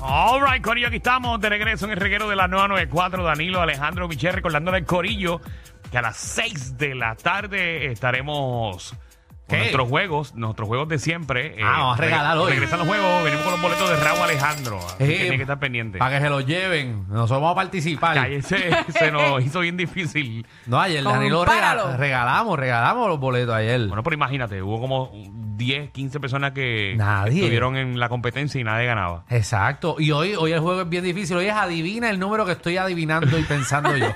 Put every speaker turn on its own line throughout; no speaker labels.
All right, Corillo, aquí estamos de regreso en el reguero de la 994. Danilo, Alejandro, Michelle, recordándole al Corillo que a las 6 de la tarde estaremos con
¿Qué?
nuestros juegos, nuestros juegos de siempre. Eh,
Ah, vamos a regalar hoy.
Regresan los juegos, venimos con los boletos de Raúl Alejandro. Así que
Eh,
tiene que estar pendiente.
Para que se lo lleven. Nosotros vamos a participar.
Calle se, se nos hizo bien difícil.
No, ayer Danilo
Compáralo.
rega- regalamos, regalamos los boletos ayer.
Bueno, pero imagínate, hubo como 10, 15 personas que
Nadie.
estuvieron en la competencia y nadie ganaba.
Exacto. Y hoy, hoy el juego es bien difícil. Hoy es adivina el número que estoy adivinando y pensando yo.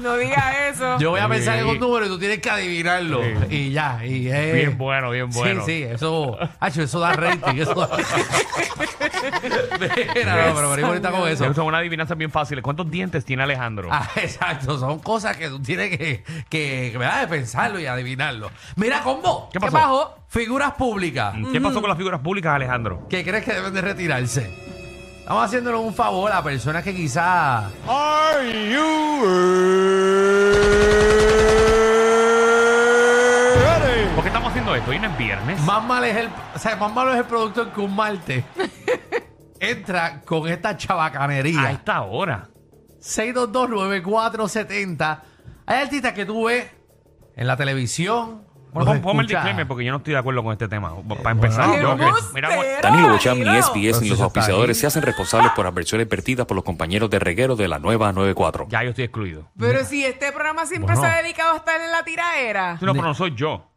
No diga eso.
Yo voy a pensar en
Sí.
un número y tú tienes que adivinarlo.
Sí.
Y ya. Y, eh.
Bien bueno, bien bueno.
Sí, sí, eso. Hacho, eso da rating. Eso da... Mira, no, pero venimos ahorita con eso.
Son una adivinanza bien fácil. ¿Cuántos dientes tiene Alejandro?
Ah, exacto, son cosas que tú tienes que, que, que ¿verdad? de pensarlo y adivinarlo. Mira, combo.
¿Qué pasó?
Figuras públicas
¿Qué pasó con las figuras públicas, Alejandro?
que crees que deben de retirarse. Estamos haciéndole un favor a personas que quizás
Are you ready?
¿Por qué estamos haciendo esto? Hoy no es viernes.
más mal es el, o sea, más malo es el productor que un martes entra con esta
A
chabacanería.
esta hora.
6229470. Hay artistas que tú ves en la televisión.
Bueno,
los
pon- ponme el
escuchas.
disclaimer porque yo no estoy de acuerdo con este tema. Para empezar,
¡Qué
yo que-
embustero!
mira, bueno,
Danilo
Danilo.
Bocham, ni SBS
Pero
ni
eso
los
está
auspiciadores
ahí.
se hacen responsables por adversiones vertidas por los compañeros de reguero de la nueva 94.
ya yo estoy excluido.
Pero si este programa siempre
Bueno.
se ha dedicado a estar en la tiraera.
No, pero no soy yo. O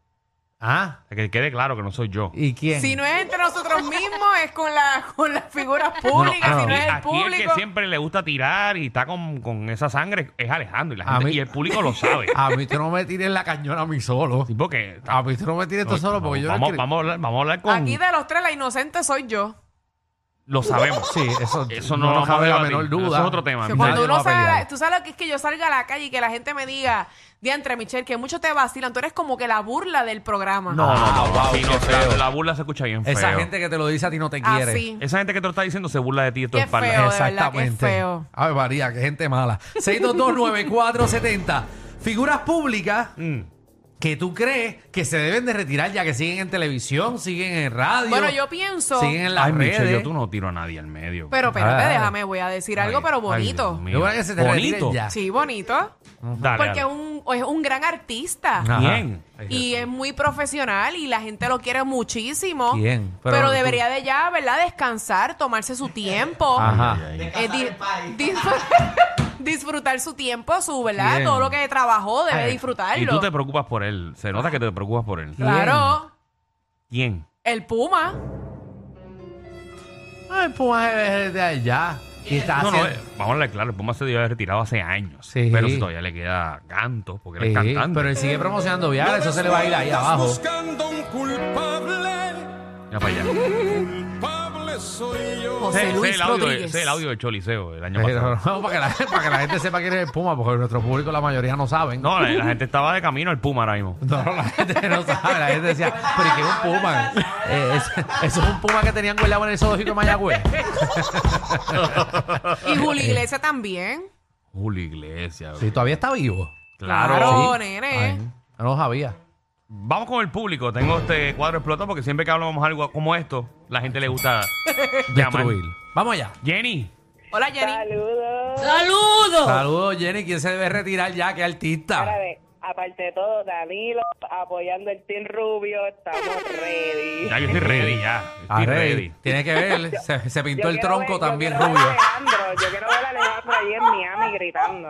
Ah,
sea, Que quede claro que no soy yo.
¿y quién?
Si no es entre nosotros mismos, es con, la, con las figuras públicas,
No, no,
si no
Y
es el
aquí el que
público.
siempre le gusta tirar y está con, con esa sangre es Alejandro. Y, la
A
gente-
mí-
y el público lo sabe.
A mí tú no me tires la cañona a mí solo.
Sí, porque-
A mí tú no me tires tú solo porque yo no
vamos,
escri-
vamos a hablar, vamos a hablar con...
Aquí de los tres, la inocente soy yo.
Lo sabemos.
Sí, eso,
Eso no,
nos
nos
cabe la
debatir.
menor duda.
Eso es otro tema.
Que
Nadie
cuando
lo va
uno
a
sale,
pelear.
tú sabes lo que es que yo salga a la calle y que la gente me diga, diantre Michelle, que muchos te vacilan, tú eres como que la burla del programa.
No, no, no.
Ah, wow,
sí, no,
qué
o sea,
feo.
La burla se escucha bien feo.
Esa gente que te lo dice a ti no te quiere.
Así.
Esa gente que te lo está diciendo se burla de ti y de tu
Qué
espalda.
Ah, feo, de verdad,
Exactamente.
qué feo.
Ay, María, qué gente mala. 6229470. Figuras públicas
Mm.
que tú crees que se deben de retirar ya que siguen en televisión, siguen en radio.
Bueno, yo pienso-
Siguen en las
Ay,
redes.
Michelle, yo tú no tiro a nadie al medio.
Pero espérate,
Ah.
déjame, voy a decir algo,
Ay,
pero
ay,
bonito.
Dios mío.
Yo creo que se te
Bonito.
retiren ya.
Sí, bonito.
Dale,
Porque es
dale.
un, es un gran artista.
Ajá.
Bien.
Y es muy profesional y la gente lo quiere muchísimo.
Bien, pero
Pero,
tú-
debería de ya, ¿verdad? Descansar, tomarse su tiempo.
Ah.
Ajá.
Eh, di- disfr- disfrutar su tiempo, su, ¿verdad?
Bien.
Todo lo que trabajó debe
Ay,
disfrutarlo.
Y tú te preocupas por él. Se nota que te preocupas por él.
Claro.
¿Quién?
El Puma.
Ay, Puma se debe de allá. Y está
No, no,
haciendo-
eh, vamos a hablar claro. El Puma se dio retirado hace años.
Sí.
Pero si todavía le queda canto, porque él es
Sí,
cantante.
pero él sigue promocionando Viagra, eso se le va a ir ahí abajo.
Buscando un culpable,
Mira para allá.
culpable soy yo.
José
Ese- ese
Luis
es el audio,
Rodríguez.
ese es el audio de Choliseo el año
Pero
pasado.
no, para, que la, para que la gente sepa quién es el Puma, porque nuestro público la mayoría no saben.
No, la, la gente estaba de camino al Puma ahora mismo.
No, la gente no sabe, la gente decía, pero ¿y qué es un puma? Eh, es- eso es un puma que tenían guardado en el zoológico de Mayagüez.
Y Julio Iglesias también.
Julio Iglesias.
Sí, todavía está vivo.
Claro.
Claro,
Sí.
nene.
Ay, no lo sabía.
Vamos con el público. Tengo este cuadro explotado porque siempre que hablamos algo como esto, la gente le gusta llamar.
Destruir. Vamos allá.
Jenny.
Hola, Jenny.
Saludos.
Saludos, Jenny. ¿Quién se debe retirar ya? ¿Qué artista?
Ahora ve, Aparte de todo, Danilo apoyando el Team Rubio, estamos ready.
Ya yo estoy ready, ya. Estoy
Ah,
ready.
Tiene que ver. Se, se pintó
Yo
el
quiero
tronco
ver- yo
también
quiero ver
rubio.
a Alejandro, yo quiero ver a Alejandro ahí en Miami gritando.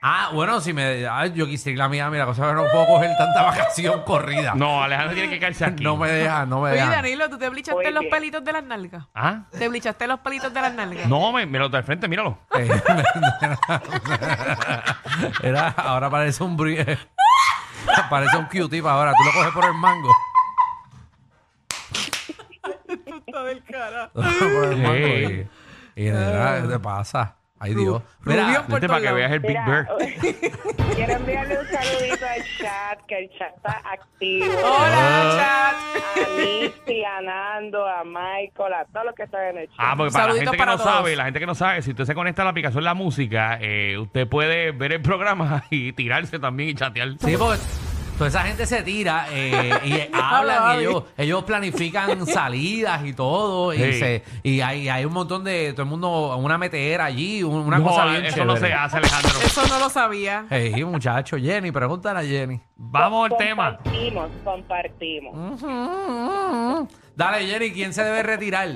Ah, bueno, si me. ay, yo quisiera ir a Miami. La cosa es que no puedo coger tanta vacación corrida.
No, Alejandro tiene que caerse aquí.
Ah. No me deja, no me
Oye,
deja.
Danilo, ¿tú te
Muy
blichaste los
bien.
pelitos de las nalgas?
¿Ah?
¿Te blichaste los pelitos de las nalgas?
No, me, míralo al frente, míralo.
Eh, Era, ahora parece un brie- parece un Q-tip ahora. Tú lo coges por el mango. Tú por el mango
Ey.
y, y de verdad, ¿qué te pasa? Ay, Dios. Mira,
Rubio por
Vente para
todos
que
lados. oh,
veas el Big
Mira,
Bird.
quiero enviarle un saludito al chat, que el chat está activo.
Hola, chat.
A Misty, a Nando, a Michael, a todos los que están en el chat.
Ah, porque para la
Saluditos
gente que
para
no
todos.
sabe, la gente que no sabe, si usted se conecta a la aplicación La Música, eh, usted puede ver el programa y tirarse también y chatear.
sí, porque Toda esa gente se tira eh, y hablan, y ellos, ellos planifican salidas y todo. Y,
Sí.
se- y hay, hay un montón de. Todo el mundo, una metera allí, un- una
No,
cosa bien
eso
chévere.
no se hace, Alejandro.
Eso no lo sabía.
Ey, muchacho, Jenny, pregúntale a Jenny.
Vamos al tema.
Compartimos, compartimos.
Dale, Jenny, ¿quién se debe retirar?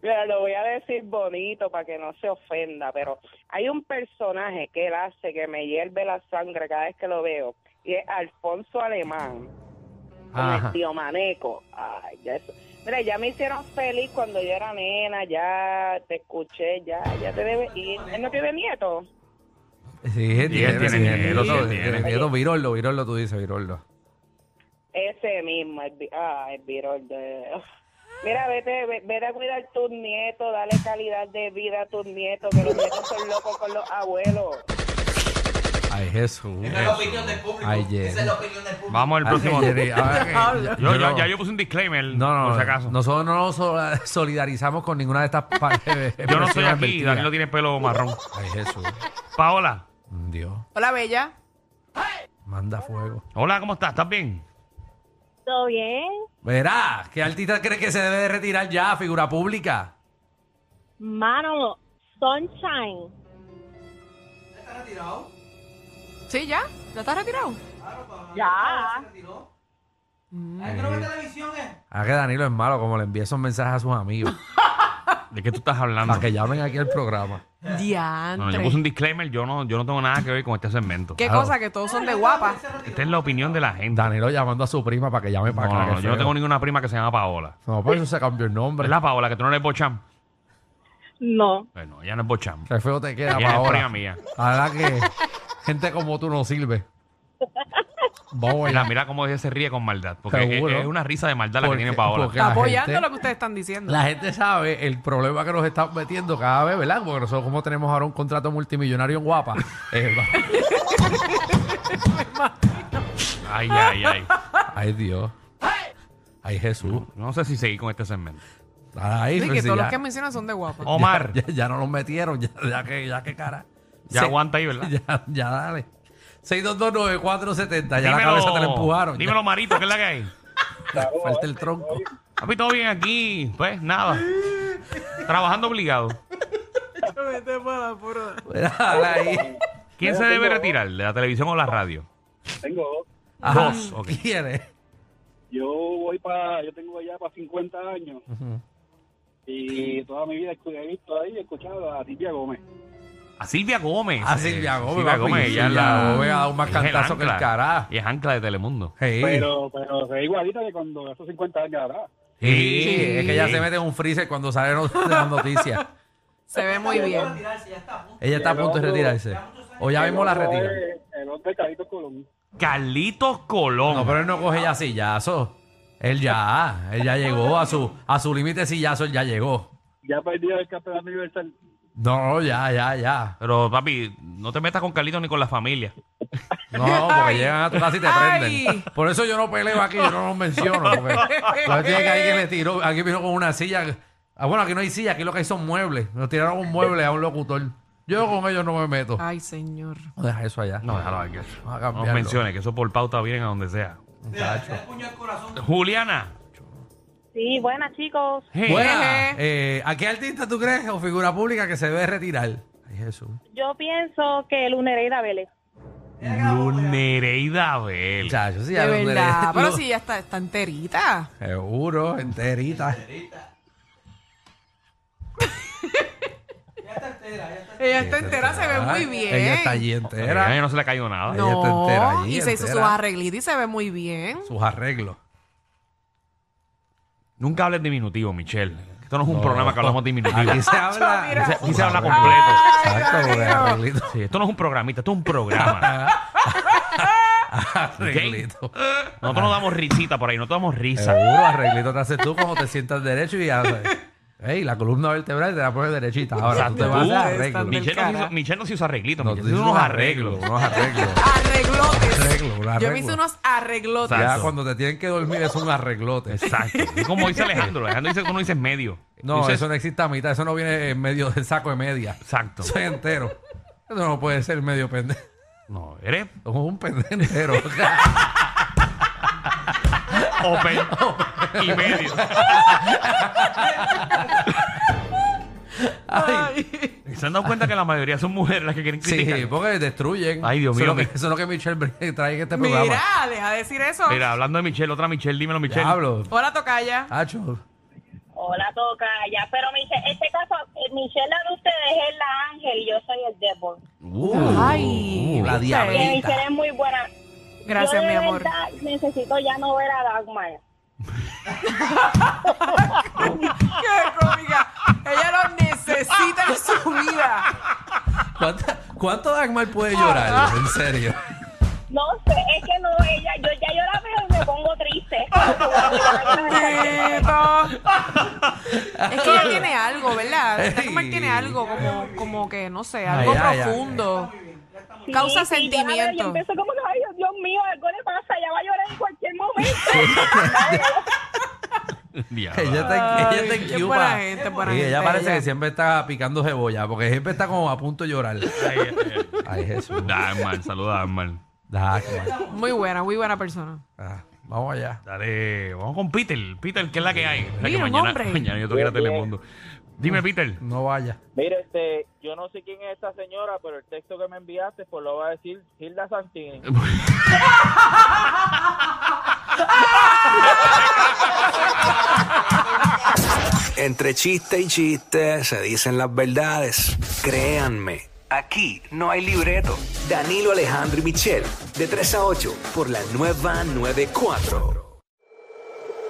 Mira, lo voy a decir bonito para que no se ofenda, pero hay un personaje que él hace que me hierve la sangre cada vez que lo veo, y es Alfonso Alemán, con
Ajá.
el tío Maneco. Ay, ya eso- Mira, ya me hicieron feliz cuando yo era nena, ya te escuché, ya, ya te debe ir. ¿Él no tiene nieto?
Sí,
tiene ¿eh?
nieto,
nieto,
sí,
tiene
tiene nieto. Virolo, Virolo, tú dices, Virolo.
Ese mismo, el, vi- ah, el virol de... uf. Mira, vete, ve- vete a cuidar a tus nietos, dale calidad de vida a tus nietos, que los nietos son locos con los abuelos.
Ay, Jesús.
Esa es la opinión del público.
Ay, Jenny.
Esa es la opinión del público.
Vamos al
Ay,
próximo.
Jenny, ahora que-
Yo,
yo
ya,
no-
ya yo puse un disclaimer,
No, no,
por si acaso.
Nosotros no nos sol- solidarizamos con ninguna de estas partes.
yo no soy aquí, Danilo tiene pelo marrón.
Ay, Jesús.
Paola,
Dios,
Hola, Bella.
manda fuego.
hola, ¿cómo estás? ¿Estás bien?
¿Todo bien?
Verá, ¿qué artista crees que se debe de retirar ya, figura pública?
Manolo, Sunshine.
Sí, ya. ¿Ya estás retirado?
Ya.
Ay, creo que televisión es.
Ah, que Danilo es malo, como le envía esos mensajes a sus amigos.
¿De qué tú estás hablando?
para que llamen aquí al programa.
No, yo
Diantre.
puse un disclaimer, yo no, yo no tengo nada que ver con este segmento.
Qué
Claro.
cosa, que todos son de guapas.
Esta es la opinión de la gente.
Danilo llamando a su prima para que llame
No,
para acá.
no,
qué
yo no
feo.
tengo ninguna prima que se llama Paola.
No, por eso se cambió el nombre.
¿Verdad, Paola? Que tú no eres Bocham.
No.
Bueno, ella no es Bocham.
Qué feo te queda,
Ella es
Paola.
prima mía.
La verdad que gente como tú no sirve. Vamos
Mira,
allá.
mira cómo ella se ríe con maldad. Porque es,
Seguro.
es una risa de maldad la que
Porque-
tiene Paola.
porque la
Apoyando
gente-
lo que ustedes están diciendo.
La gente sabe el problema que nos están metiendo cada vez, ¿verdad? Porque nosotros como tenemos ahora un contrato multimillonario en Guapa. eh, va-
Ay, ay, ay.
ay, Dios. Ay, Jesús.
No sé si seguí con este segmento.
Ay,
Sí,
pues,
que
si
todos
ya-
los que mencionan son de guapas.
Omar,
Ya, ya no nos metieron, ya, ya que, ya que cara.
ya
Se-
aguanta ahí, ¿verdad?
Ya, ya dale. 6229470, ya la
Dímelo-
cabeza te la empujaron. ya.
Dímelo, Marito, ¿qué es la que hay?
Falta el tronco.
Papi, todo bien aquí. Pues nada. Trabajando obligado.
Mira, dale ahí.
¿Quién se debe retirar? ¿De la televisión o la radio?
Tengo dos.
Ajá.
Dos, ok.
¿Quién es?
Yo voy para, yo tengo ya para 50 años y toda mi vida escu- he visto ahí y escuchado a Silvia Gómez.
A Silvia Gómez.
A Ah, Silvia
Eh,
Gómez.
Silvia
papi.
Gómez, ella es
Silvia
la.
Gómez ha dado más
ella es el
cantazo que el
ancla.
carajo.
Y es ancla de Telemundo.
Sí.
Pero, pero se ve igualita que cuando esos 50 años atrás.
Sí,
Sí.
es que ella se mete en un freezer cuando salen los- las noticias.
Se ve muy bien.
Retirarse, ya está. punto.
Ella está a punto de retirarse. O ya mismo la
El otro
retira.
es El otro es Carlitos Colón.
Carlitos Colón.
No, pero él no coge ya sillazo. Él ya, él ya llegó a su a su límite sillazo, él ya llegó.
Ya perdió el campeonato universal.
No, ya, ya, ya.
Pero, papi, no te metas con Carlitos ni con la familia.
No, porque
Ay.
llegan a tu casa y te
Ay.
prenden. Por eso yo no peleo aquí, yo no los menciono. Porque la gente que ahí que le tiró, aquí vino con una silla. Ah, bueno, aquí no hay silla, aquí lo que hay son muebles. Nos tiraron un mueble a un locutor. Yo con ellos no me meto.
Ay, señor.
No, deja eso allá.
No, déjalo aquí.
Vamos a
No
cambiarlo.
nos menciones, que eso por pauta vienen a donde sea.
Muchacho.
Juliana.
Sí, buenas chicos.
hey,
Buena. Eh, ¿A qué artista tú crees o figura pública que se debe retirar? Ay, Jesús.
Yo pienso que Lunereida Vélez.
Lunereida Bel.
Muchachos, sí,
De
ya lo-
verdad. Pero
lo-
sí, ya está, está enterita.
Seguro, enterita.
Ella está entera, se ve muy bien.
Ella está allí
A ella
entera.
no se le ha caído nada.
Ella está entera
No,
allí,
y se hizo sus
entera.
arreglitos y se ve muy bien.
Sus arreglos.
Nunca hables diminutivo, Michelle. Esto no es un programa que hablamos diminutivo.
Aquí se
Aquí
habla.
se, aquí se habla
Sus arreglos.
completo.
Exacto, de arreglitos.
Sí, esto no es un programita, esto es un programa.
Arreglito.
Nosotros no damos risita por ahí, no damos risa.
Seguro, arreglito te haces tú como te sientas derecho y haces. Ey, la columna vertebral te la pones derechita. Ahora tú te
Exacto.
vas a hacer
Uh,
arreglos.
Michelle
del
nos, hizo,
cara.
Michelle nos hizo arreglitos,
No,
Michelle
tú
hizo
dices
unos arreglos.
Unos arreglos.
Arreglotes.
Arreglo, un
Yo
arreglo.
me hice unos arreglotes.
Ya
Exacto.
cuando te tienen que dormir es un arreglote.
Exacto. Es como dice Alejandro. Alejandro dice que tú no dices medio.
No,
Dices-
eso no existe a mitad, eso no viene en medio del saco de media.
Exacto.
Eso es entero. Eso no puede ser medio pendejo.
No, eres
Como un pendentero.
open y medio.
Ay.
¿Se han dado cuenta que la mayoría son mujeres las que quieren criticar?
sí, porque destruyen.
Ay, Dios
Eso
mío,
es lo que-
mi-
Eso es lo que Michelle Bre- trae en este programa.
Mira, deja de decir eso.
Mira, hablando de Michelle, otra Michelle, dímelo, Michelle.
Diablo.
Hola, tocaya.
Hacho.
Hola, toca. Ya, pero Michelle, este caso, eh, Michelle, la de ustedes es la ángel y yo soy el devil.
Ay,
Uh, la
¿viste?
Que
diablita.
Michelle es muy buena.
Gracias,
yo de
mi amor.
verdad necesito ya no ver a Dagmar.
Qué cómica. Ella lo necesita en su vida.
¿Cuánta- ¿Cuánto Dagmar puede
Ah.
llorar? En serio.
No sé, es que no, ella, yo ya yo la veo y me pongo triste. Pero
Tito. Es que ella tiene algo, ¿verdad? Esta mujer tiene algo como, como que, no sé, algo
Ay, ay, ay.
profundo. Causa
Yo
sentimiento.
empiezo como que, ay, Dios mío, algo le pasa, ya va a llorar en cualquier momento.
Diablo.
Ella está, ella está
Ay,
en
es
Cuba.
buena gente, es buena
Sí, ella
gente,
parece
ella.
que siempre está picando cebolla, porque siempre está como a punto de llorar.
Ay, ay, ay.
Ay, Jesús.
Dagmar, saluda a Dagmar.
Dagmar.
Muy buena, muy buena persona.
Ah, vamos allá.
Dale, vamos con Peter. Peter, ¿qué es la que hay? O sea, que
Mira, un
mañana,
hombre.
mañana yo tengo que ir a Telemundo. Dime, Peter.
No vaya.
Mire, este, yo no sé quién es esta señora, pero el texto que me enviaste, pues lo va a decir Hilda Santini.
Entre chiste y chiste se dicen las verdades. Créanme, aquí no hay libreto. Danilo Alejandro y Michel, de 3 a 8, por la nueva 94.